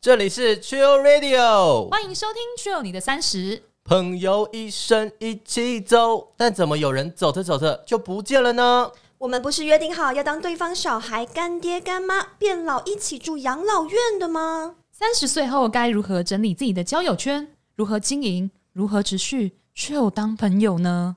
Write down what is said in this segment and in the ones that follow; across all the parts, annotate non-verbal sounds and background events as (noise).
这里是 Chill Radio，欢迎收听《只有你的三十》。朋友一生一起走，但怎么有人走着走着就不见了呢？我们不是约定好要当对方小孩干爹干妈，变老一起住养老院的吗？三十岁后该如何整理自己的交友圈？如何经营？如何持续却又当朋友呢？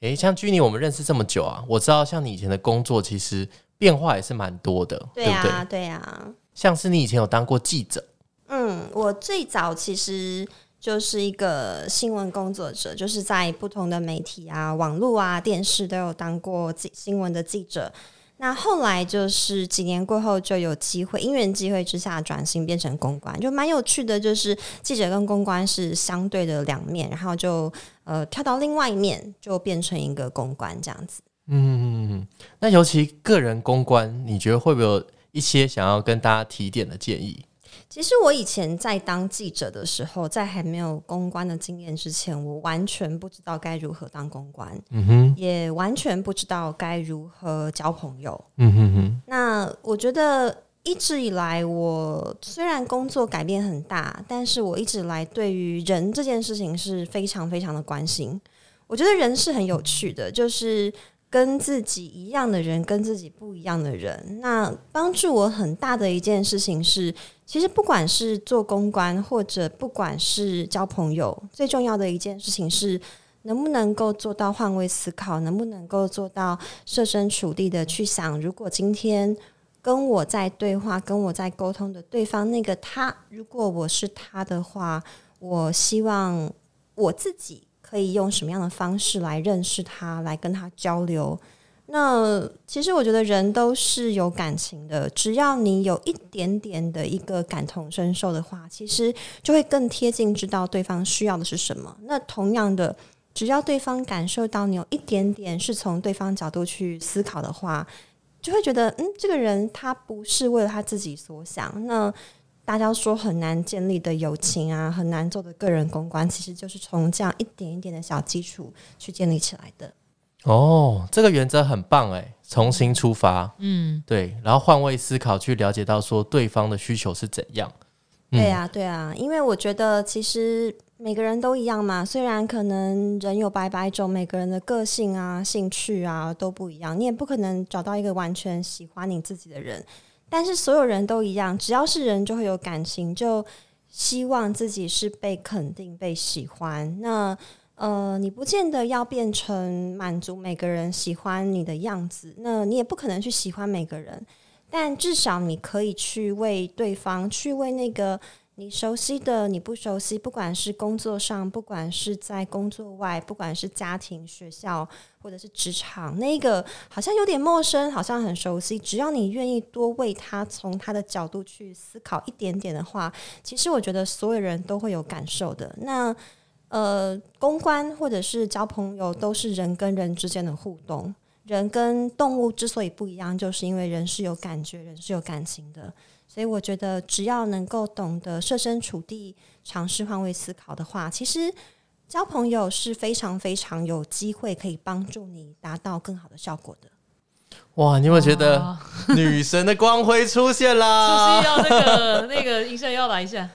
诶，像居尼，我们认识这么久啊，我知道像你以前的工作其实变化也是蛮多的，对啊，不对对？啊。像是你以前有当过记者，嗯，我最早其实就是一个新闻工作者，就是在不同的媒体啊、网络啊、电视都有当过记新闻的记者。那后来就是几年过后，就有机会，因缘机会之下转型变成公关，就蛮有趣的。就是记者跟公关是相对的两面，然后就呃跳到另外一面，就变成一个公关这样子。嗯，那尤其个人公关，你觉得会不会有一些想要跟大家提点的建议？其实我以前在当记者的时候，在还没有公关的经验之前，我完全不知道该如何当公关，嗯哼，也完全不知道该如何交朋友。嗯哼哼，那我觉得一直以来我，虽然工作改变很大，但是我一直以来对于人这件事情是非常非常的关心。我觉得人是很有趣的，就是跟自己一样的人，跟自己不一样的人。那帮助我很大的一件事情是，其实不管是做公关，或者不管是交朋友，最重要的一件事情是。能不能够做到换位思考？能不能够做到设身处地的去想，如果今天跟我在对话、跟我在沟通的对方那个他，如果我是他的话，我希望我自己可以用什么样的方式来认识他，来跟他交流。那其实我觉得人都是有感情的，只要你有一点点的一个感同身受的话，其实就会更贴近知道对方需要的是什么。那同样的，只要对方感受到你有一点点是从对方角度去思考的话，就会觉得，嗯，这个人他不是为了他自己所想。那大家说很难建立的友情啊，很难做的个人公关，其实就是从这样一点一点的小基础去建立起来的。哦，这个原则很棒哎，重新出发，嗯，对，然后换位思考，去了解到说对方的需求是怎样。嗯对啊，对啊，因为我觉得其实每个人都一样嘛，虽然可能人有百百种，每个人的个性啊、兴趣啊都不一样，你也不可能找到一个完全喜欢你自己的人。但是所有人都一样，只要是人就会有感情，就希望自己是被肯定、被喜欢。那呃，你不见得要变成满足每个人喜欢你的样子，那你也不可能去喜欢每个人。但至少你可以去为对方，去为那个你熟悉的、你不熟悉，不管是工作上，不管是在工作外，不管是家庭、学校或者是职场，那个好像有点陌生，好像很熟悉。只要你愿意多为他从他的角度去思考一点点的话，其实我觉得所有人都会有感受的。那呃，公关或者是交朋友，都是人跟人之间的互动。人跟动物之所以不一样，就是因为人是有感觉，人是有感情的。所以我觉得，只要能够懂得设身处地、尝试换位思考的话，其实交朋友是非常非常有机会可以帮助你达到更好的效果的。哇，你有没有觉得哇 (laughs) 女神的光辉出现是不啦？是要那个那个音效要来 (laughs) 一下？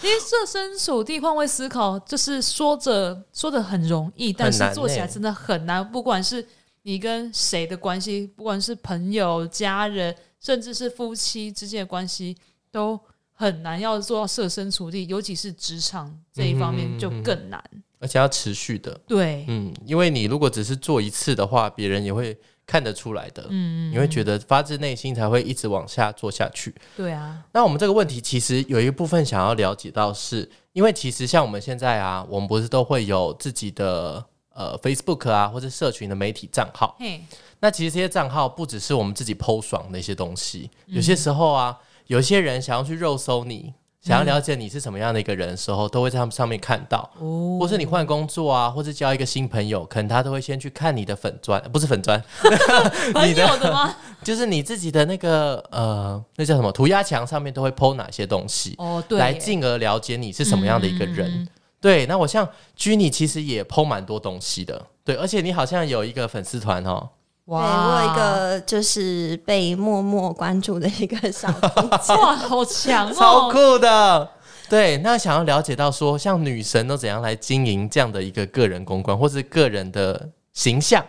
其实设身处地换位思考，就是说着说着很容易，但很是难做起来欸真的很难。不管是你跟谁的关系，不管是朋友、家人，甚至是夫妻之间的关系，都很难要做到设身处地，尤其是职场这一方面就更难。而且要持续的，对，嗯，因为你如果只是做一次的话，别人也会看得出来的，嗯，你会觉得发自内心才会一直往下做下去。对啊，那我们这个问题其实有一部分想要了解到是，因为其实像我们现在啊，我们不是都会有自己的呃 Facebook 啊或者社群的媒体账号。嘿，那其实这些账号不只是嗯我们自己剖爽的一些东西，有些时候啊，有些人想要去肉搜你，想要嗯了解你是什么样的一个人的时候，都会在他们上面看到。哦，或是你换工作啊，或是交一个新朋友，可能他都会先去看你的粉砖，不是粉砖， (laughs) 朋你的友 (laughs) 的吗？就是你自己的那个呃，那叫什么涂鸦墙上面都会 PO 哪些东西，哦，对耶，来进而了解你是什么样的一个人。嗯嗯嗯对，那我像 Jenny 其实也 PO 蛮多东西的，对，而且你好像有一个粉丝团哦，对我有一个就是被默默关注的一个小空间。 (laughs) 哇，好强哦，超酷的。对，那想要了解到说，像女神都怎样来经营这样的一个个人公关，或是个人的形象，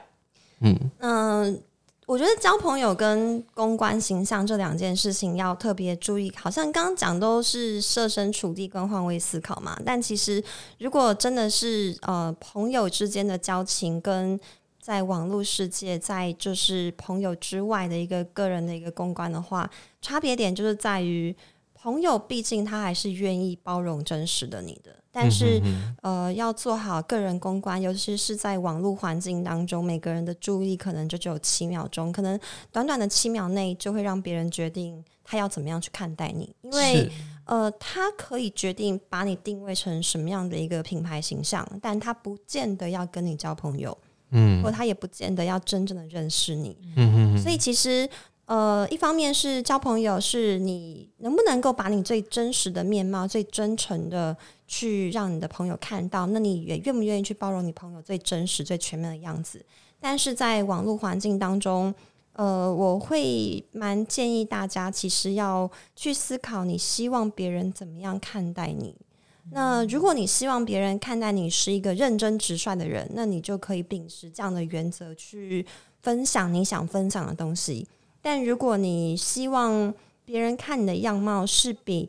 嗯，嗯、我觉得交朋友跟公关形象这两件事情要特别注意。好像刚刚讲都是设身处地跟换位思考嘛，但其实如果真的是呃朋友之间的交情跟在网络世界，在就是朋友之外的一个个人的一个公关的话，差别点就是在于朋友，毕竟他还是愿意包容真实的你的，但是嗯哼哼呃，要做好个人公关，尤其是在网络环境当中，每个人的注意可能就只有七秒钟，可能短短的七秒内就会让别人决定他要怎么样去看待你，因为嗯是呃，他可以决定把你定位成什么样的一个品牌形象，但他不见得要跟你交朋友，嗯或他也不见得要真正的认识你。嗯哼所以其实呃，一方面是交朋友，是你能不能够把你最真实的面貌、最真诚的去让你的朋友看到，那你也愿不愿意去包容你朋友最真实、最全面的样子？但是在网络环境当中。呃，我会蛮建议大家，其实要去思考你希望别人怎么样看待你。那如果你希望别人看待你是一个认真直率的人，那你就可以秉持这样的原则去分享你想分享的东西。但如果你希望别人看你的样貌是比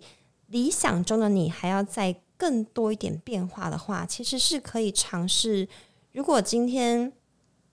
理想中的你还要再更多一点变化的话，其实是可以尝试。如果今天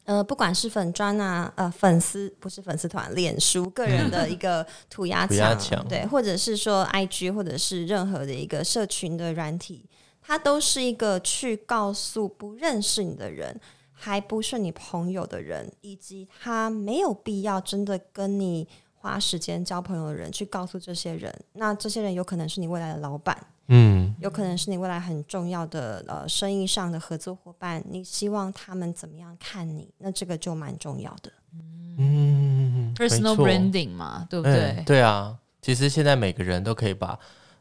呃，不管是粉砖啊，呃，粉丝不是粉丝团，脸书个人的一个涂鸦涂鸦墙墙，对，或者是说 IG，或者是任何的一个社群的软体，它都是一个去告诉不认识你的人，还不是你朋友的人，以及他没有必要真的跟你花时间交朋友的人，去告诉这些人。那这些人有可能是你未来的老板，嗯有可能是你未来很重要的呃生意上的合作伙伴。你希望他们怎么样看你？那这个就蛮重要的。嗯，personal branding 嘛，对不嗯，对？对啊，其实现在每个人都可以把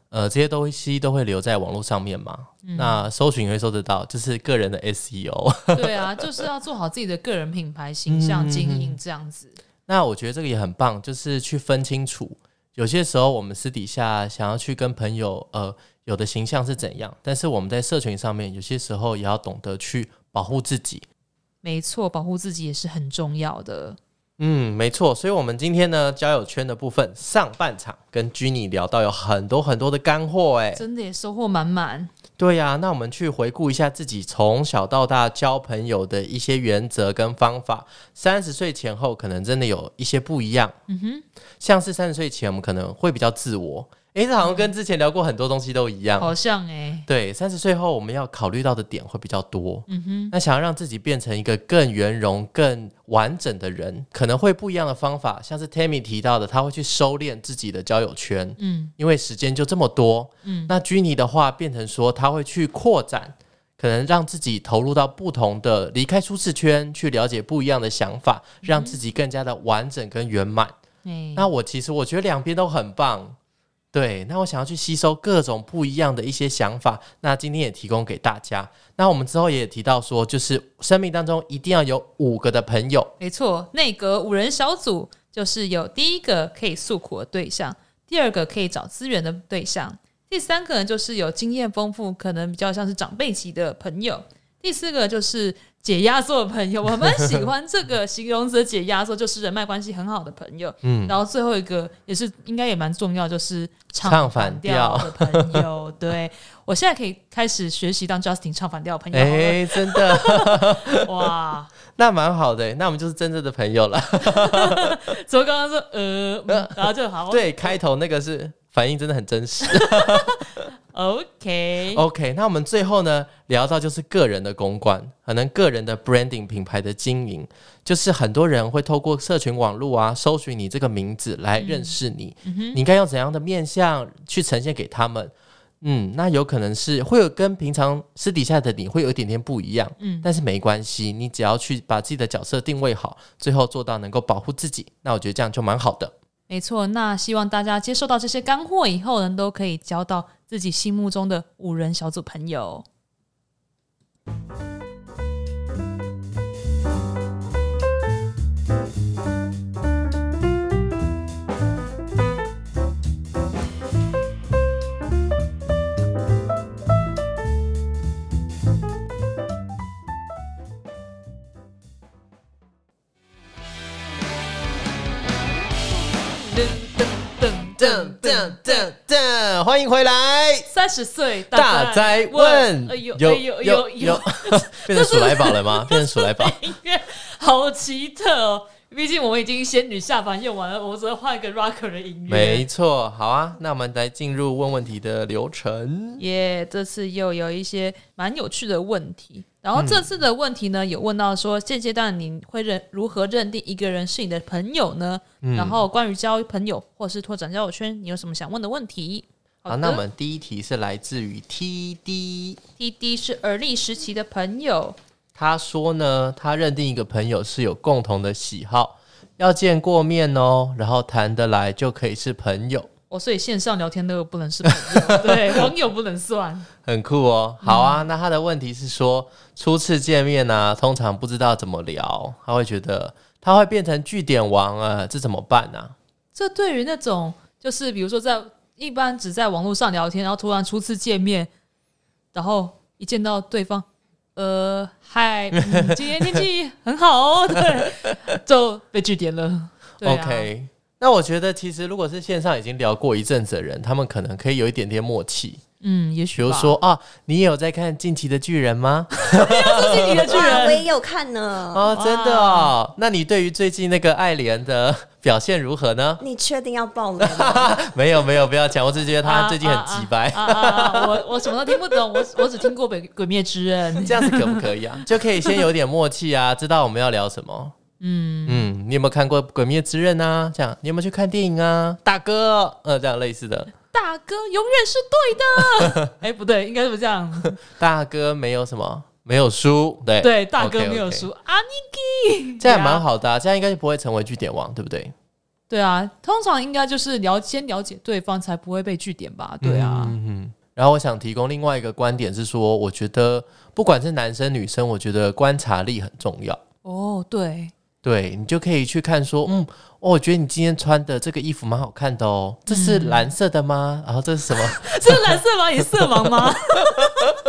呃这些东西都会留在网络上面嘛，嗯那搜寻也会搜得到，就是个人的 E SEO。 (laughs) 对啊，就是要做好自己的个人品牌形象经营这样子。那我觉得这个也很棒，就是去分清楚。有些时候我们私底下想要去跟朋友，呃，有的形象是怎样，但是我们在社群上面，有些时候也要懂得去保护自己。没错，保护自己也是很重要的。嗯，没错。所以，我们今天呢，交友圈的部分上半场跟 Jenny 聊到有很多很多的干货、哎，真的也收获满满。对呀、那我们去回顾一下自己从小到大交朋友的一些原则跟方法。三十岁前后可能真的有一些不一样，嗯哼，像是三十岁前我们可能会比较自我，诶，这好像跟之前聊过很多东西都一样。好像哎、对，三十岁后我们要考虑到的点会比较多。嗯哼，那想要让自己变成一个更圆融、更完整的人，可能会不一样的方法，像是 Tammy 提到的，他会去收敛自己的交友圈。嗯因为时间就这么多，嗯那居尼的话变成说他会去扩展，可能让自己投入到不同的，离开舒适圈，去了解不一样的想法，让自己更加的完整跟圆满。哎、那我其实我觉得两边都很棒，对。那我想要去吸收各种不一样的一些想法，那今天也提供给大家。那我们之后也提到说，就是生命当中一定要有五个的朋友，没错，内阁五人小组就是有第一个可以诉苦的对象，第二个可以找资源的对象，第三个呢就是有经验丰富，可能比较像是长辈级的朋友，第四个就是解压缩的朋友，我蛮喜欢这个形容词，解压缩就是人脉关系很好的朋友。嗯，然后最后一个也是应该也蛮重要，就是唱反反调的朋友。对我现在可以开始学习当 Justin 唱反调的朋友好了，哎，真的， (laughs) 哇！那蛮好的，那我们就是真正的朋友了。所以刚刚说呃，嗯然后就好，对，开头那个是反应真的很真实。 ，OK， OK，那我们最后呢聊到就是个人的公关，可能个人的 branding 品牌的经营，就是很多人会透过社群网络啊，搜嗯寻你这个名字来认识你，你应该用怎样的面向去呈现给他们。嗯，那有可能是会有跟平常私底下的你会有一点点不一样，嗯，但是没关系，你只要去把自己的角色定位好，最后做到能够保护自己，那我觉得这样就蛮好的。没错。那希望大家接受到这些干货以后呢，都可以交到自己心目中的五人小组朋友。噔噔噔噔，欢迎回来，三十岁大灾灾问，哎呦哎有呦有 (laughs) 有，，变成鼠来宝了 (laughs) 吗？变成鼠来宝，音乐好奇特哦。毕竟我们已经仙女下凡用完了，我只能换一个 rocker 的音乐。没错，好啊，那我们来进入问问题的流程。耶这次又有一些蛮有趣的问题。然后这次的问题呢，有问到说现阶段你会认如何认定一个人是你的朋友呢？嗯然后关于交朋友或是拓展交友圈，你有什么想问的问题？好，那我们第一题是来自于 T D， T D 是而立时期的朋友，他说呢，他认定一个朋友是有共同的喜好，要见过面哦，然后谈得来就可以是朋友，哦，所以线上聊天都不能是朋 (laughs) 友，对，网友不能算。很酷哦。好啊，嗯那他的问题是说，初次见面呢、通常不知道怎么聊，他会觉得他会变成据点王啊，这怎么办呢、啊？这对于那种就是比如说在一般只在网络上聊天，然后突然初次见面，然后一见到对方，呃，嗨，嗯 (laughs) 今天天气很好哦，对，就被拒点了。对啊 OK，那我觉得其实如果是线上已经聊过一阵子的人，他们可能可以有一点点默契，嗯，也比许如吧说啊，你也有在看《近期的巨人》 (laughs) 吗？自己的巨哇啊我也 (laughs) 人，有看呢。哦，真的哦。那你对于最近那个爱莲的表现如何呢？ (laughs) 你确定要爆雷吗？没有没有，不要讲，我只是觉得啊他最近很急白， (laughs) 啊啊啊我我什么都听不懂，我我只听过鬼《鬼灭之刃》。 (laughs) 这样子可不可 (laughs) 以啊？就可以先有点默契啊，知道我们要聊什么。嗯嗯，你有没有看过《鬼灭之刃》啊？这样，你有没有去看电影啊？大哥，呃，这样类似的，大哥永远是对的。 (laughs) 哎、不对，应该是这样。大哥没有什么，没有输，对对，大哥 OK，OK 没有输，阿尼基，这样也蛮好的、啊，这样应该就不会成为据点王，对不对？对啊，通常应该就是了先了解对方，才不会被据点吧？对啊，嗯嗯。然后我想提供另外一个观点是说，我觉得不管是男生女生，我觉得观察力很重要。哦，对，对你就可以去看说，嗯，哦，我觉得你今天穿的这个衣服蛮好看的哦，这是蓝色的吗？然后这是什么？这是蓝色盲你色盲吗？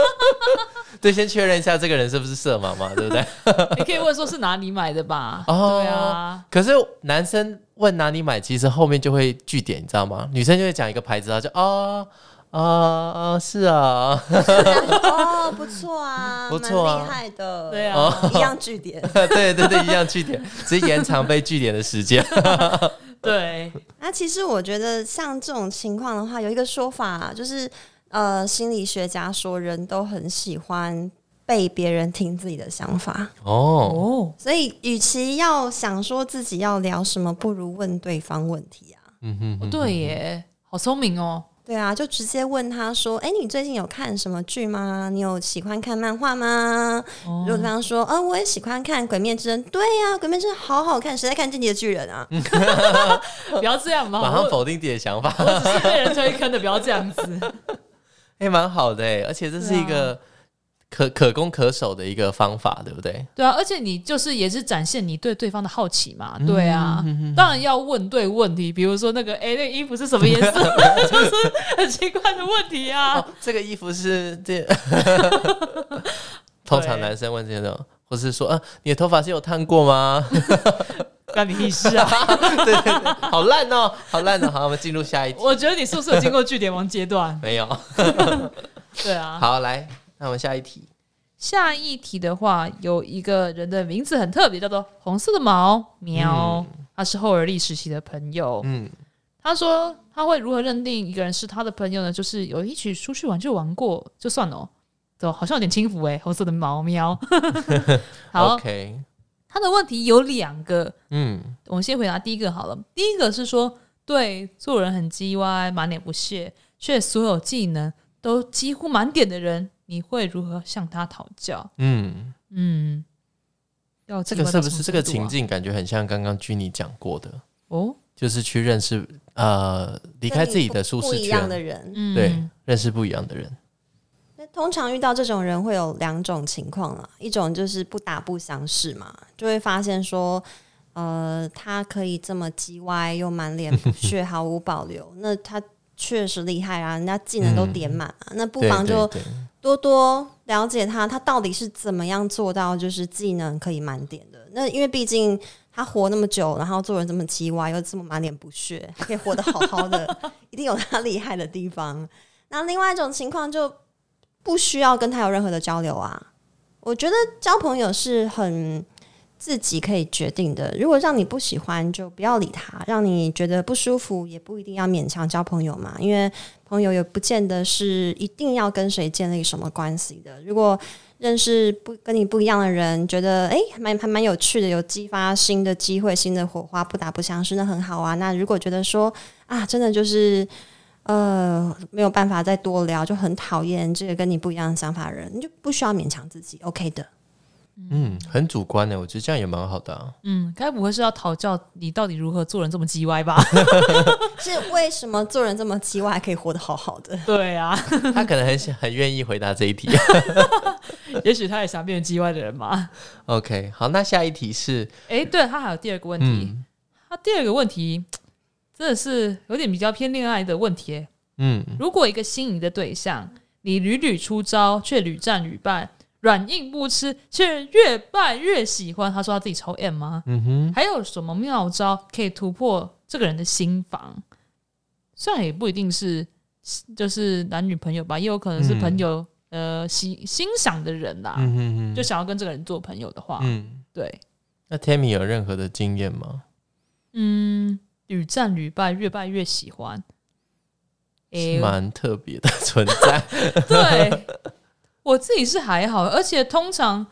(laughs) 对，先确认一下这个人是不是色盲嘛，对不对？ (laughs) 你可以问说是哪里买的吧？哦对啊，可是男生问哪里买，其实后面就会据点，你知道吗？女生就会讲一个牌子，然后就哦。啊、啊，是啊，哦，不错啊，不错啊蛮厉害的，对哦啊，一样据点。 (laughs) (laughs) 对对对，一样据点，只是延长被据点的时间。对，那其实我觉得像这种情况的话，有一个说法就是，呃，心理学家说人都很喜欢被别人听自己的想法，哦，哦，所以与其要想说自己要聊什么，不如问对方问题啊。嗯哼哦对耶，好聪明哦，对啊，就直接问他说：“哎、你最近有看什么剧吗？你有喜欢看漫画吗？”哦如果对方说：“啊，我也喜欢看《鬼灭之刃》。”对呀、鬼灭之刃》好好看，谁在看《进击的巨人》啊？不要这样嘛，马上哦我否定自己的想法，我只是被人推坑的，不要这样子。 (laughs) 哎、蛮好的哎，而且这是一啊个可、可攻可守的一个方法，对不对？对啊，而且你就是也是展现你对对方的好奇嘛，嗯对啊，当然要问对问题，比如说那个哎、那个衣服是什么颜色， (laughs) 就是很奇怪的问题啊。哦，这个衣服是 (laughs) 这，通常男生问这种，或是说，啊，你的头发是有烫过吗？ (laughs) 关你屁事啊！对对对，好烂哦，好烂哦。好，我们进入下一题。我觉得你是不是有经过据点王 (laughs) 阶段？没有，对啊。好，来，那我们下一题。下一题的话，有一个人的名字很特别，叫做红色的毛喵，他是后而立时期的朋友。嗯，他说他会如何认定一个人是他的朋友呢？就是有一起出去玩就玩过就算了哦，嗯走，好像有点轻浮哎、红色的 (laughs) 毛喵。 (laughs) 好 o k 他的问题有两个，嗯，我们先回答第一个好了。第一个是说，对做人很叽歪，满脸不屑，却所有技能都几乎满点的人，你会如何向他讨教？嗯，嗯，要这体个会是到不什是么这个程度情啊？境感觉很像刚刚居你讲过的，哦，就是去认识呃离开自己的舒不适一样的圈，人。嗯，对，认识不一样的人。那通常遇到这种人会有两种情况啦，一种就是不打不相识嘛，就会发现说，呃，他可以这么叽歪又满脸 (laughs) 不屑，毫无保留，那他确实厉害啊，人家技能都点满啊，那不嗯对妨就对对多多了解他，他到底是怎么样做到就是技能可以满点的？那因为毕竟他活那么久，然后做人这么叽歪，又这么满脸不屑，可以活得好好的，一定有他厉害的地方。那另外一种情况就不需要跟他有任何的交流啊。我觉得交朋友是很自己可以决定的。如果让你不喜欢，就不要理他；让你觉得不舒服，也不一定要勉强交朋友嘛，因为。朋友也不见得是一定要跟谁建立什么关系的。如果认识不跟你不一样的人，觉得诶还蛮还蛮有趣的，有激发新的机会、新的火花，不打不相识，那很好啊。那如果觉得说啊，真的就是呃没有办法再多聊，就很讨厌这个跟你不一样的想法的人，你就不需要勉强自己，OK 的。嗯，很主观的，我觉得这样也蛮好的、啊。 (laughs) 嗯，该不会是要讨教你到底如何做人这么叽歪吧？是为什么做人这么叽歪，还可以活得好好的？ (laughs) 对啊，他可能很想很愿意回答这一 (laughs) 题。也许他也想变成叽歪的人嘛。 OK，好，那下一题是，诶，对他还有第二个问题，嗯他第二个问题真的是有点比较偏恋爱的问题耶、嗯，如果一个心仪的对象，你屡屡出招却屡战屡败，软硬不吃却越败越喜欢，他说他自己超 M 吗？嗯哼，还有什么妙招可以突破这个人的心防？虽然也不一定是就是男女朋友吧，也有可能是朋友、呃欣欣赏的人啦、嗯就想要跟这个人做朋友的话，嗯，对，那 Tammy 有任何的经验吗？嗯，屡战屡败，越败越喜欢。诶是蛮特别的存在。 (laughs) 对，我自己是还好，而且通常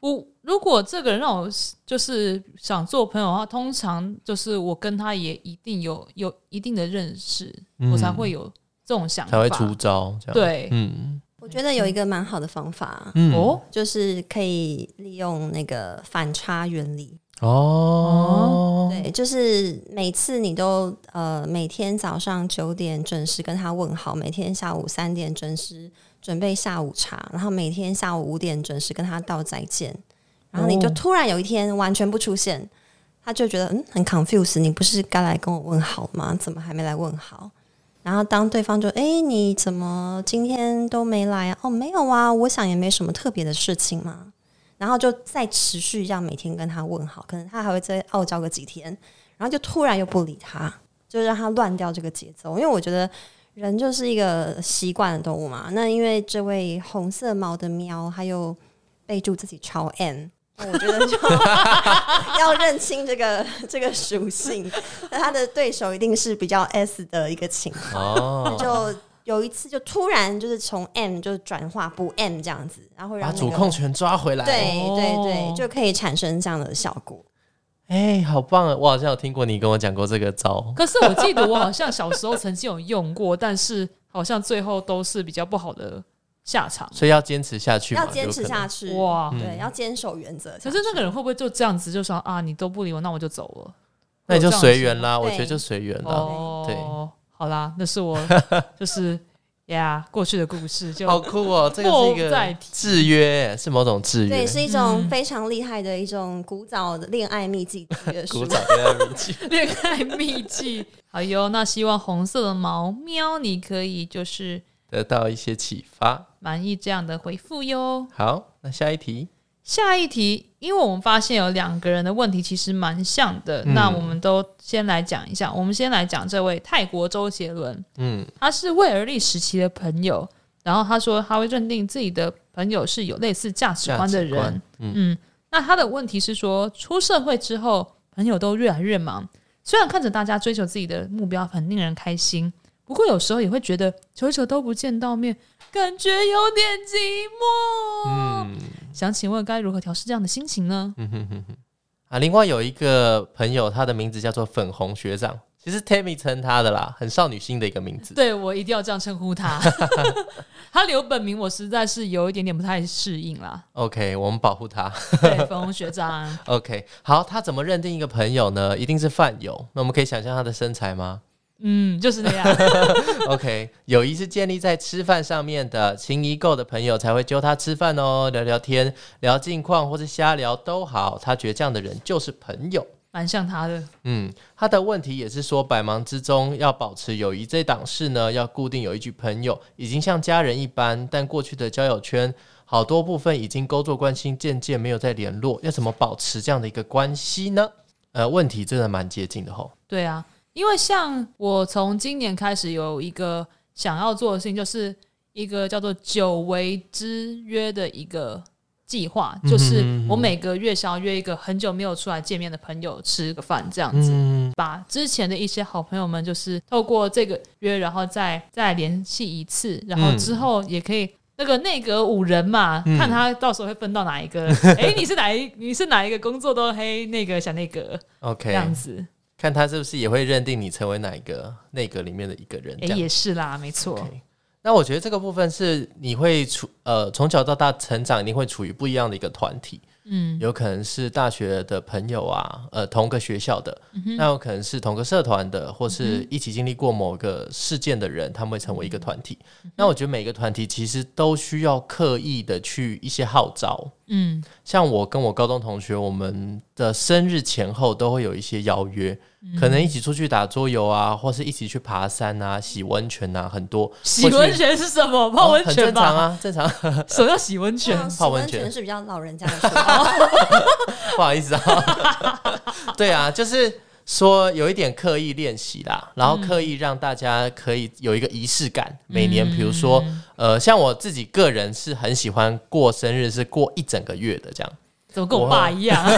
我如果这个人让我就是想做朋友的话，通常就是我跟他也一定有有一定的认识， (laughs) 我才嗯会有这种想法，才会出招这样。，对、嗯我觉得有一个蛮好的方法，嗯哦，就是可以利用那个反差原理。哦，对，就是每次你都呃每天早上九点准时跟他问好，每天下午三点准时准备下午茶，然后每天下午五点准时跟他道再见，然后你就哦突然有一天完全不出现，他就觉得嗯很 confused，你不是该来跟我问好吗？怎么还没来问好？然后当对方就哎、诶你怎么今天都没来啊？哦没有啊，我想也没什么特别的事情嘛。然后就再持续这样每天跟他问好，可能他还会再傲娇个几天，然后就突然又不理他，就让他乱掉这个节奏。因为我觉得人就是一个习惯的动物嘛。那因为这位红色毛的喵，它又备注自己超 M。那我觉得就要认清这个 (laughs) 这个属性，那他的对手一定是比较 S 的一个情况。 (laughs) 哦，就有一次就突然就是从 M 就转化不 M 这样子，然后会让、把那个、主控权抓回来。对对哦对，就可以产生这样的效果。哎、好棒啊！我好像有听过你跟我讲过这个招。可是我记得我好像小时候曾经有用过，但是好像最后都是比较不好的下场。所以要坚持下去嘛，要坚持下去。去哇！对，要坚守原则。可是那个人会不会就这样子就说啊，你都不理我，那我就走了？那你就随缘啦，有我这样子吗觉得就随缘啦。哦，好啦，那 (laughs) 是我就是呀过去的故事就好酷哦，这个是一莫再个提制约，是某种制约对，。是一嗯种非常厉害的一种古早的恋爱秘籍学 (laughs) 鼓术。掌给他们记恋爱秘籍。好哟，那希望红色的毛喵你可以就是得到一些启发。满意这样的回复哟。好，那下一题，下一题，因为我们发现有两个人的问题其实蛮像的，嗯那我们都先来讲一下。我们先来讲这位泰国周杰伦，嗯他是魏而立时期的朋友，然后他说他会认定自己的朋友是有类似价值观的价值观人。嗯那他的问题是说，出社会之后，朋友都越来越忙，虽然看着大家追求自己的目标很令人开心，不过有时候也会觉得久久都不见到面，感觉有点寂寞。嗯想请问该如何调试这样的心情呢？嗯哼哼哼。啊，另外有一个朋友，他的名字叫做粉红学长，其实 Tammy 称她的啦，很少女心的一个名字。对我一定要这样称 (laughs) 呼他。他留本名，我实在是有一点点不太适应啦。 OK，我们保护她。对，粉红学长， OK，好，她怎么认定一个朋友呢？一定是饭友。那我们可以想象她的身材吗嗯，就是那样。 ？OK，友谊是建立在吃饭上面的，情谊够的朋友才会揪她吃饭哦，聊聊天，聊近况或是瞎聊都好。她觉得这样的人就是朋友。蛮像他的，嗯，他的问题也是说，百忙之中要保持友谊这档事呢，要固定有一群朋友，已经像家人一般，但过去的交友圈好多部分已经工作关系渐渐没有再联络，要怎么保持这样的一个关系呢？呃，问题真的蛮接近的吼。对啊，因为像我从今年开始有一个想要做的事情，就是一个叫做“久违之约”的一个计划，嗯就是我每个月想要约一个很久没有出来见面的朋友吃个饭，这样子。嗯，把之前的一些好朋友们，就是透过这个约，然后再再联系一次，然后之后也可以那个内阁五人嘛，嗯看他到时候会分到哪一 (laughs) 个。诶，你是哪一你是哪一个工作都嘿那个小内阁这 OK，样子，看他是不是也会认定你成为哪一个内阁里面的一个人？诶，这样也是啦，没错 OK 那我觉得这个部分是你会处呃从小到大成长，一定会处于不一样的一个团体，嗯，有可能是大学的朋友啊，呃同个学校的，嗯那有可能是同个社团的，或是一起经历过某个事件的人，他们会成为一个团体。嗯那我觉得每个团体其实都需要刻意的去一些号召，嗯像我跟我高中同学，我们的生日前后都会有一些邀约，嗯可能一起出去打桌游啊，或是一起去爬山啊、洗温泉啊，很多。洗温泉是什么？泡哦温很泉正常吧？啊，正常。什么叫洗温 (laughs) 泉？像洗泡温温泉泉是比较老人家的 (laughs) 哦说法，不好意思啊。 (laughs) 对啊，就是说有一点刻意练习啦，然后刻意让大家可以有一个仪式感。每年，比如说，呃，像我自己个人是很喜欢过生日，是过一整个月的这样。怎么跟我爸一样？啊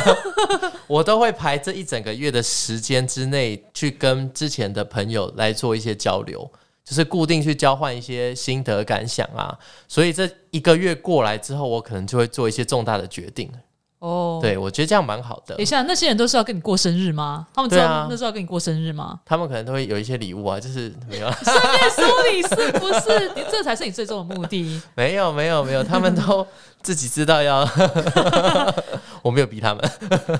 我都会排这一整个月的时间之内，去跟之前的朋友来做一些交流，就是固定去交换一些心得感想啊。所以这一个月过来之后，我可能就会做一些重大的决定。 (laughs) 哦，对我觉得这样蛮好的等一。下，那些人都是要跟你过生日吗？他们知对道啊那是要跟你过生日 (laughs) 吗？他们可能都会有一些礼物啊， (laughs) 就是没有但是你是不是？你这才是你最终的 (laughs) 目的。没有没有没有，他们都自己知道要， (laughs) 我没有逼他们。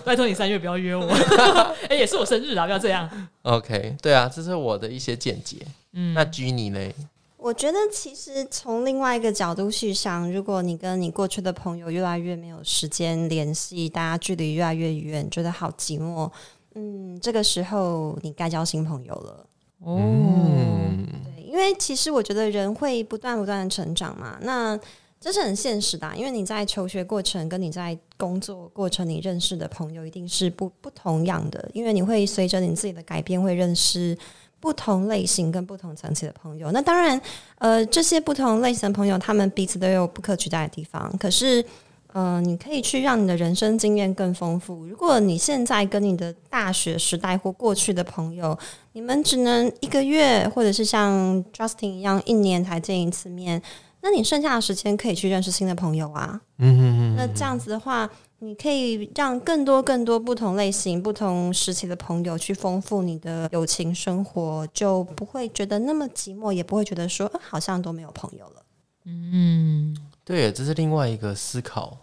拜托你三月不要约我， (laughs) 哎、也是我生日啊，不要这样。 OK，对啊，这是我的一些见解。嗯，那 Jenny 呢？我觉得其实从另外一个角度去想，如果你跟你过去的朋友越来越没有时间联系，大家距离越来越远，觉得好寂寞，嗯，这个时候你该交新朋友了。哦，嗯，对，因为其实我觉得人会不断不断的成长嘛，那这是很现实的啊、因为你在求学过程跟你在工作过程你认识的朋友一定是不不同样的，因为你会随着你自己的改变会认识。不同类型跟不同层次的朋友，那当然，呃，这些不同类型的朋友，他们彼此都有不可取代的地方。可是，呃，你可以去让你的人生经验更丰富。如果你现在跟你的大学时代或过去的朋友你们只能一个月，或者是像 Justin 一样，一年才见一次面。那你剩下的时间可以去认识新的朋友啊。嗯嗯嗯。那这样子的话，你可以让更多更多不同类型、不同时期的朋友去丰富你的友情生活，就不会觉得那么寂寞，也不会觉得说、啊好像都没有朋友了。对，这是另外一个思考。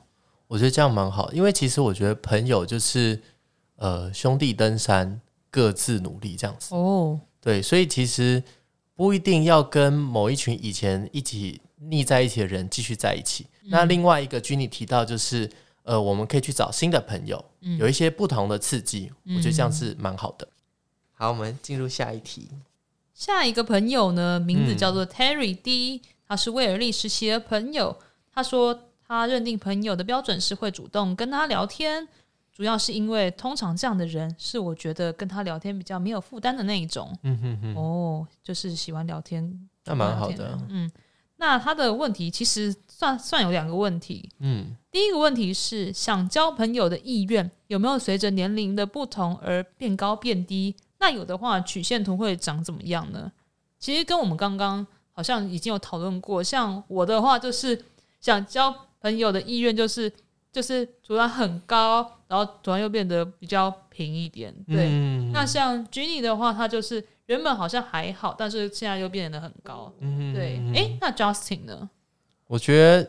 我觉得这样蛮好，因为其实我觉得朋友就是呃兄弟登山，各自努力这样子。哦，对，所以其实不一定要跟某一群以前一起腻在一起的人继续在一起。那另外一个君你提到就是，呃，我们可以去找新的朋友，有一些不同的刺激，我觉得这样是蛮好的。好，我们进入下一题。下一个朋友呢，名字嗯叫做 Terry D，、他是威尔利时期的朋友。他说他认定朋友的标准是会主动跟他聊天，主要是因为通常这样的人是我觉得跟他聊天比较没有负担的那一种。嗯哼哼，哦，就是喜欢聊天，那蛮好的聊天。嗯，那他的问题其实算算有两个问题，嗯第一个问题是，想交朋友的意愿有没有随着年龄的不同而变高变低？那有的话，曲线图会长怎么样呢？其实跟我们刚刚好像已经有讨论过，像我的话就是想交朋友的意愿就是就是突然很高，然后突然又变得比较平一点。对，嗯那像 Jenny 的话，他就是原本好像还好，但是现在又变得很高。嗯对，嗯诶，那 Justin 呢？我觉得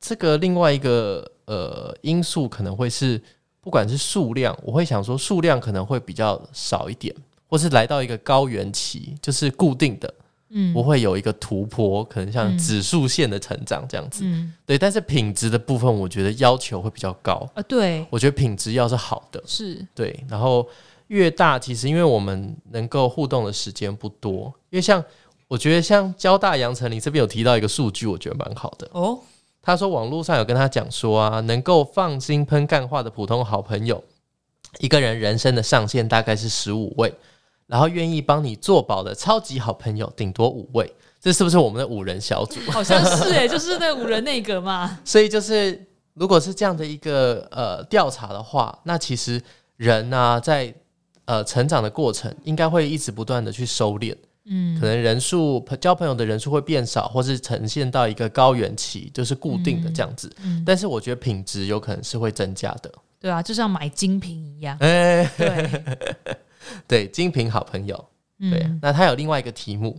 这个另外一个呃因素可能会是，不管是数量，我会想说数量可能会比较少一点，或是来到一个高原期，就是固定的，嗯不会有一个突破，可能像嗯指数线的成长这样子。嗯对，但是品质的部分，我觉得要求会比较高。啊，对，我觉得品质要是好的，哦是对，然后越大，其实因为我们能够互动的时间不多，因为像我觉得像交大杨丞琳这边有提到一个数据，我觉得蛮好的。哦，他说网络上有跟他讲说啊，能够放心喷干话的普通好朋友，一个人人生的上限大概是十五位，然后愿意帮你做保的超级好朋友顶多五位，这是不是我们的五人小组？ (laughs) (laughs) 好像是诶，就是那五人内阁嘛。所以就是，如果是这样的一个呃调查的话，那其实人呢、啊在呃成长的过程，应该会一直不断的去收敛，嗯可能人数朋交朋友的人数会变少，或是呈现到一个高原期，就是固定的这样子。嗯，但是我觉得品质有可能是会增加的。对啊，就像买精品一样。哎、 (laughs) 对，对，精品好朋友。对，嗯。那他有另外一个题目，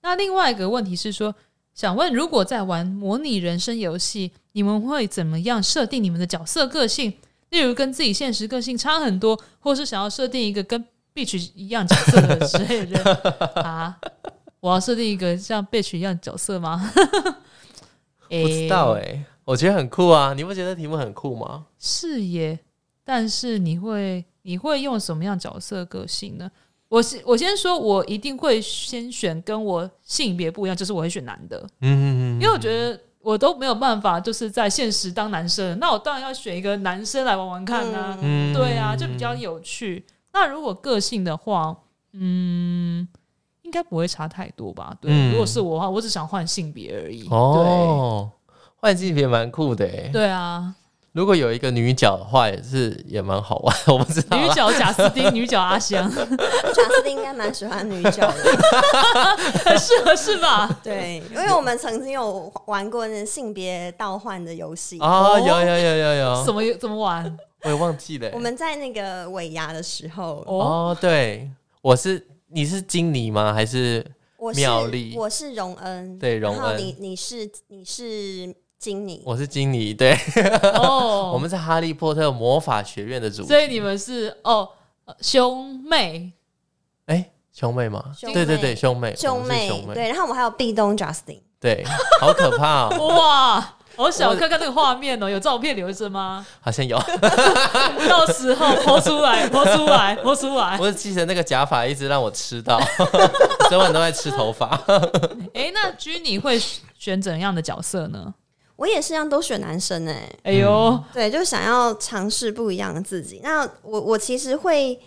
那另外一个问题是说，想问如果在玩模拟人生游戏，你们会怎么样设定你们的角色个性？例如跟自己现实个性差很多，或是想要设定一个跟 bitch 一样角色的之类的 (laughs) 啊？我要设定一个像 bitch 一样角色吗？ (laughs) 不不知道哎、我觉得很酷啊，你不觉得题目很酷吗？是耶，但是你会你会用什么样角色个性呢？我是我先说，我一定会先选跟我性别不一样，就是我会选男的，嗯因为我觉得我都没有办法，就是在现实当男生，那我当然要选一个男生来玩玩看啊，嗯对啊，就比较有趣。那如果个性的话，嗯，应该不会差太多吧？对，嗯如果是我的话，我只想换性别而已。哦，换性别蛮酷的哎对，。对啊，如果有一个女角的话，也是也蛮好玩， (laughs) 我不知道女啦。角贾斯汀，女角阿香，贾斯汀应该蛮喜欢女角的，很适合是吧？对，因为我们曾经有玩过那性别倒换的游戏。哦，有有有有有怎，么怎么玩？我也忘记了欸。我们在那个尾牙的时候，哦，哦，对，我是你是金妮吗？还是我是妙丽我是荣恩，对荣恩然后你你是你是金妮，我是金妮？对，哦我们是哈利波特魔法学院的主题。所以你们是哦呃兄妹哎，兄妹吗？兄妹对对对，兄妹，我兄们是妹兄妹，对，然后我们还有壁咚 Justin，对，好可怕哦，哇！好想我看看那个画面哦，有照片留着吗？好像有。到时候剖出 (laughs) 来，剖出来，剖出来。我只记得那个假发一直让我吃到， (laughs) 所以我都在吃头发。哎，那居你会选怎样的角色呢？我也是一样都选男生哎、嗯哎呦，对，就想要尝试不一样的自己。那我我其实会，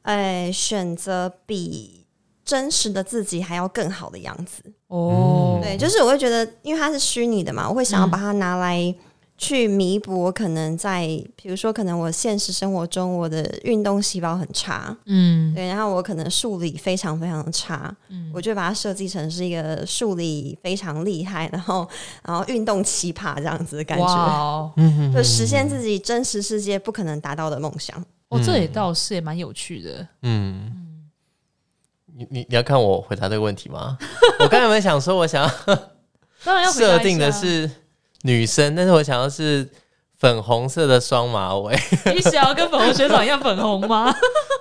呃，选择比真实的自己还要更好的样子。哦，嗯对，就是我会觉得，因为它是虚拟的嘛，我会想要把它拿来去弥补我可能在，比如说可能我现实生活中我的运动细胞很差，嗯对，然后我可能数理非常非常差，我就把它设计成是一个数理非常厉害，然后然后运动奇葩这样子的感哇觉。哦，嗯就实现自己真实世界不可能达到的梦想。哦，这也倒是也蛮有趣的。嗯，你你你要看我回答这个问题 (laughs) 吗？我刚才有没有想说，我想要当然要回答一设下定的是女生，但是我想要是粉红色的双马尾，你想要跟粉红学长一样粉红吗？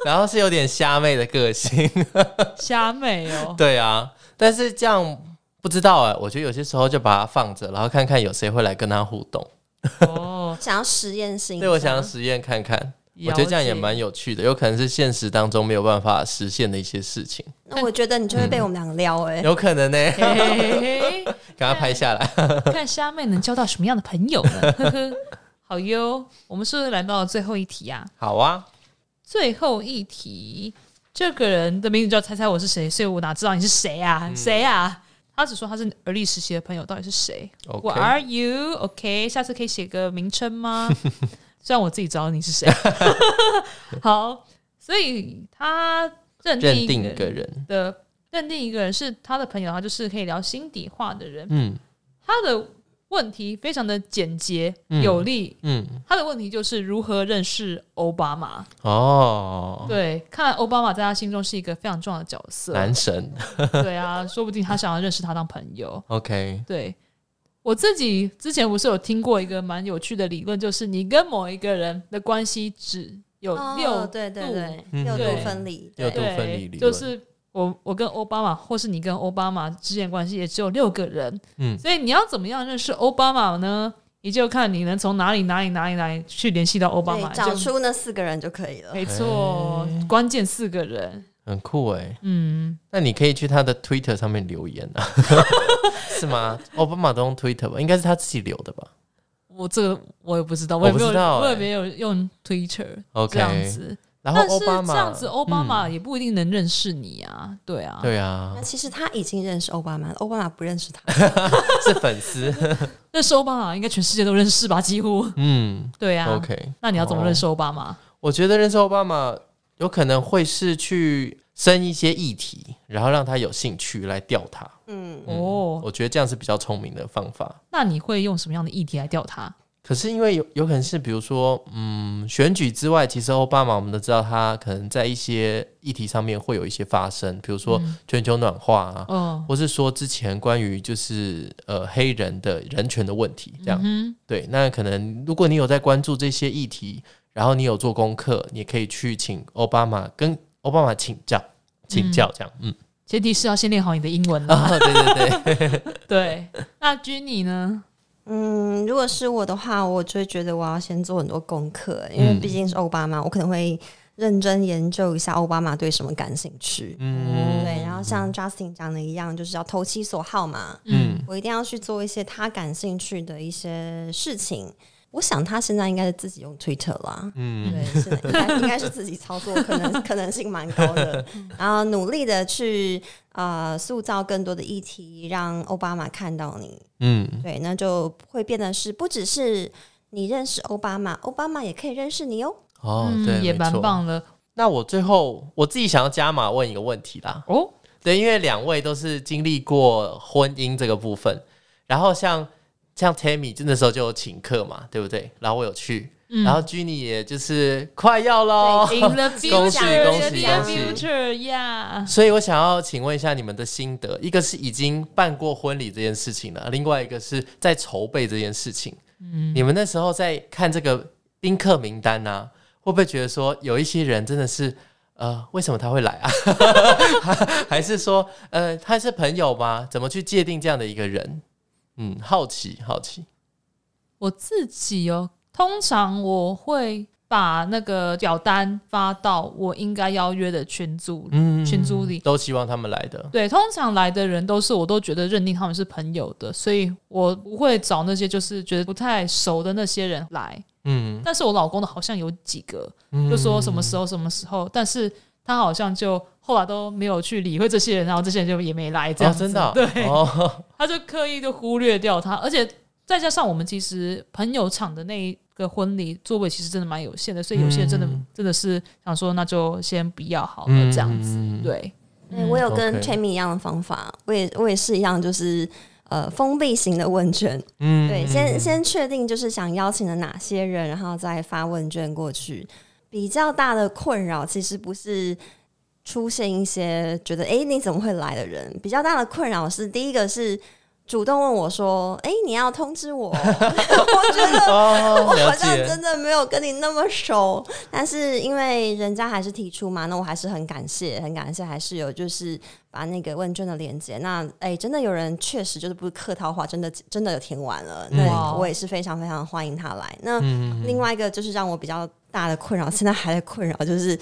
然后是有点虾妹的个性。虾妹 (laughs) 哦，对啊，但是这样不知道哎、我觉得有些时候就把它放着，然后看看有谁会来跟他互动。哦，想要实验性，对，我想要实验看看。我了觉得这样也解蛮有趣的，有可能是现实当中没有办法实现的一些事 (laughs) 情，那我觉得你就会嗯被我们两个撩哎、有可能呢、嘿 (laughs) 嘿嘿嘿赶快拍下来。看虾妹能交到什么样的朋友呢？呵呵，好哟，我们是不是来到了最后一题啊？好啊，最后一题，这个人的名字叫猜猜我是谁，所以我哪知道你是谁啊？谁啊？他只说他是而立实习的朋友，到底是谁 OK ？What are you? OK，下次可以写个名称吗？虽然我自己知道你是谁。好，所以他认定认一定一个个人人，的认定一个人是他的朋友，他就是可以聊心底话的人。嗯，他的问题非常的简洁有力。嗯，他的问题就是如何认识奥巴马。哦，对，看来奥巴马在他心中是一个非常重要的角色。男神 (laughs) 对啊，说不定他想要认识他当朋友。 ，OK，对我自己之前不是有听过一个蛮有趣的理论，就是你跟某一个人的关系只有六、欸哦、对对对，嗯六对度分离，六度对分离对理，就论是我我跟奥巴马，或是你跟奥巴马之间的关系也只有六个人，嗯所以你要怎么样认识奥巴马呢？你就看你能从哪里哪里哪里哪里去联系到奥巴马，对找就出那四个人就可以了。没错，关键四个人，很酷哎。嗯，那你可以去他的 Twitter 上面留言 (laughs) 啊，是吗？奥巴马都用 Twitter 吧，应该是他自己留的吧我这个我也不知道，我也没不有，知道我也欸没有用 Twitter 这样？OK，子，然后但是奥巴马这样子，奥巴马嗯也不一定能认识你啊，对啊，对啊 (laughs) 那，其实他已经认识奥巴马了，奥巴马不认识他。是粉丝，认识奥巴马应该全世界都认识吧，几乎，嗯 (laughs) 对啊，OK。哦那你要怎么认识奥巴马？我觉得认识奥巴马有可能会是去生一些议题，然后让他有兴趣来钓他。嗯，嗯哦我觉得这样是比较聪明的方法。那你会用什么样的议题来钓他？可是因为有有可能是比如说，嗯，选举之外，其实奥巴马我们都知道他可能在一些议题上面会有一些发声，比如说全球暖化啊，哦，或是说之前关于就是呃黑人的人权的问题这样。嗯对，那可能如果你有在关注这些议题，然后你有做功课，你可以去请奥巴马跟奥巴马请教，请教这样，嗯，哼，前提是要先练好你的英文啊。啊， (laughs) 对对对， (laughs) 对，那 Jenny 呢？嗯，如果是我的话，我就会觉得我要先做很多功课，因为嗯毕竟是奥巴马，我可能会认真研究一下奥巴马对什么感兴趣。嗯，对，然后像 Justin 讲的一样，就是要投其所好嘛。嗯，我一定要去做一些他感兴趣的一些事情。我想他现在应该是自己用 Twitter 啦，嗯对， (laughs) 是的，应该应该是自己操作，可能可能性蛮高的。然后努力的去呃塑造更多的议题，让奥巴马看到你，嗯，对，那就会变得是不只是你认识奥巴马，奥巴马也可以认识你哦。哦，嗯对，也没蛮错。棒的那我最后我自己想要加码问一个问题啦，哦。对，因为两位都是经历过婚姻这个部分，然后像像 Tammy 就那时候就有请客嘛，对不对？然后我有去，嗯然后 Jenny 也就是快要喽， In the 啊 (laughs) 恭喜 future, 恭 in 喜 the 恭喜 future, (laughs) yeah。所以我想要请问一下你们的心得，一个是已经办过婚礼这件事情了，另外一个是在筹备这件事情。嗯，你们那时候在看这个宾客名单呢、啊，会不会觉得说有一些人真的是？呃，为什么他会来啊？ (laughs) 还是说，呃，他是朋友吗？怎么去界定这样的一个人？嗯，好奇，好奇。我自己哦，通常我会把那个表单发到我应该邀约的群组里嗯群组里都希望他们来的。对，通常来的人都是我都觉得认定他们是朋友的，所以我不会找那些就是觉得不太熟的那些人来。嗯，但是我老公的好像有几个，就说什么时候什么时候，但是他好像就后来都没有去理会这些人，然后这些人就也没来，这样哦，子、真的哦、对，哦，他就刻意就忽略掉他，而且再加上我们其实朋友场的那一个婚礼座位其实真的蛮有限的，所以有些人真的、嗯真的是想说那就先不要好了、嗯哦这样子，嗯嗯对，对哎我有跟 OK Tammy 一样的方法，我也我也是一样，就是呃封闭型的问卷，嗯对，嗯先嗯先确定就是想邀请的哪些人，然后再发问卷过去。比较大的困扰其实不是出现一些觉得哎、诶你怎么会来的人，比较大的困扰是第一个是主动问我说哎、诶你要通知我，我 (laughs) 觉得哦，(laughs) (laughs) 我好了像解。真的没有跟你那么熟，但是因为人家还是提出嘛，那我还是很感谢，很感谢，还是有就是把那个问卷的连接。那哎、真的有人确实就是不是客套话，真的真的有填完了，哇嗯那我也是非常非常欢迎他来。那另外一个就是让我比较大的困扰，现在还在困扰就是。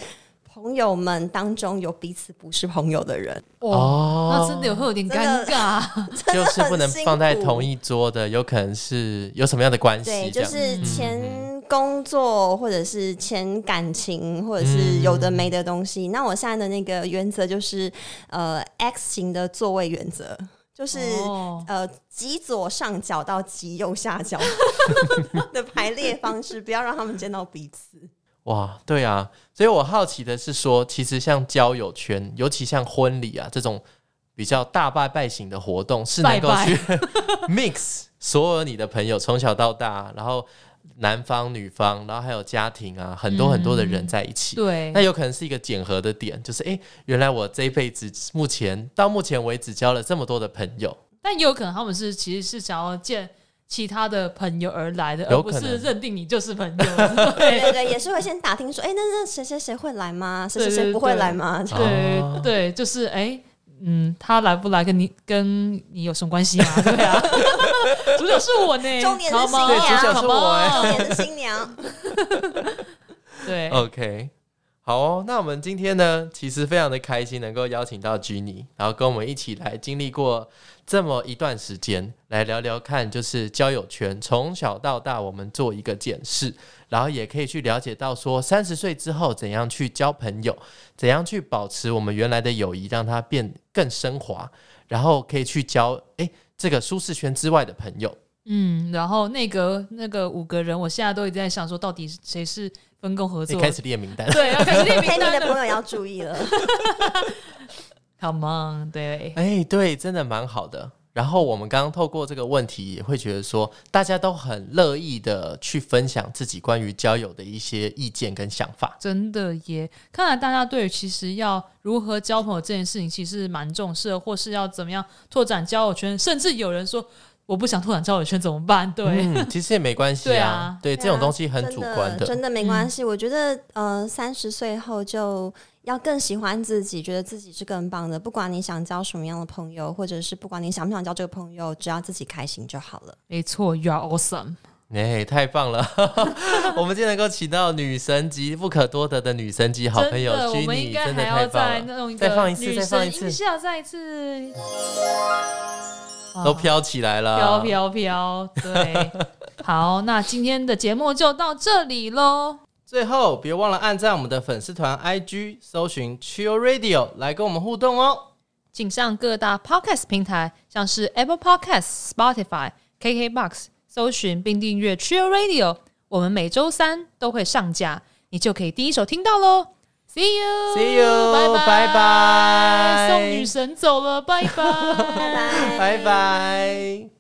朋友们当中有彼此不是朋友的人，哦，哦，那真的有会有点真尴的尬。就是不能很辛放在苦同一桌的，有可能是有什么样的关对，系？这就样是嗯前工作或者是前感情，或者是有的没的东嗯西。那我现在的那个原则就是，呃，X 型的座位原则，就是、哦呃极左上角到极右下 (laughs) 角的排列方式，不要让他们见到彼此。哇，对啊，所以我好奇的是说，其实像交友圈，尤其像婚礼啊这种比较大拜拜型的活动，是能够拜拜去 mix (laughs) 所有你的朋友从小到大，然后男方女方，然后还有家庭啊，很多很多的嗯人在一起。对那，有可能是一个检核的点，就是诶，原来我这一辈子目前到目前为止交了这么多的朋友，但也有可能他们是其实是想要见其他的朋友而来的，而有不可能是认定你就是朋友。 (laughs) 对对对，也是会先打听说，哎、那那谁谁谁会来吗？谁谁对谁对不会对来吗？啊对、哦对，就是哎、嗯，他来不来跟你跟你有什么关系吗？ (laughs) 对啊，主角是我呢，重点是 Come 谁 on，啊对主角是我哎 come 重 on 点是 (laughs) 新娘，对，嗯 OK，好哦，那我们今天呢，其实非常的开心能够邀请到 Jenny，然后跟我们一起来经历过这么一段时间，来聊聊看就是交友圈从小到大我们做一个检视，然后也可以去了解到说三十岁之后怎样去交朋友，怎样去保持我们原来的友谊，让它变更升华，然后可以去交诶这个舒适圈之外的朋友。嗯，然后那个那个五个人，我现在都一直在想说，到底谁是分工合你作？开始列名单，对，要开始列名陪你单的了。朋友要注意了。 Come on，对，哎，对，真的蛮好的。然后我们刚刚透过这个问题，也会觉得说，大家都很乐意的去分享自己关于交友的一些意见跟想法。真的耶！看来大家对于其实要如何交朋友这件事情，其实蛮重视的，或是要怎么样拓展交友圈，甚至有人说我不想拓展交友圈怎么办？对，嗯，其实也没关系对啊啊，对，对这种啊东西很真主观的，真的没嗯关系。我觉得，呃，三十岁后就要更喜欢自己，觉得自己是更棒的。不管你想交什么样的朋友，或者是不管你想不想交这个朋友，只要自己开心就好了。没错，You are awesome。哎、太棒了！ (laughs) 我们今天能够请到女神级不可多得的女神级好朋友真的，我们 Jenny，应该真的还太要棒了，那种再放一次女再放一神次音效，再一次，哇都飘起来了，啊飘哦飘飘， (laughs) 对。好，那今天的节目就到这里喽。最后，别忘了按赞我们的粉丝团 IG，搜寻 Chill Radio 来跟我们互动哦。请上各大 Podcast 平台，像是 Apple Podcast、Spotify、KKBox，搜寻并订阅 Chill Radio。我们每周三都会上架，你就可以第一手听到喽。See you, See you，拜拜，拜拜送女神走了，拜拜，拜拜拜，拜拜。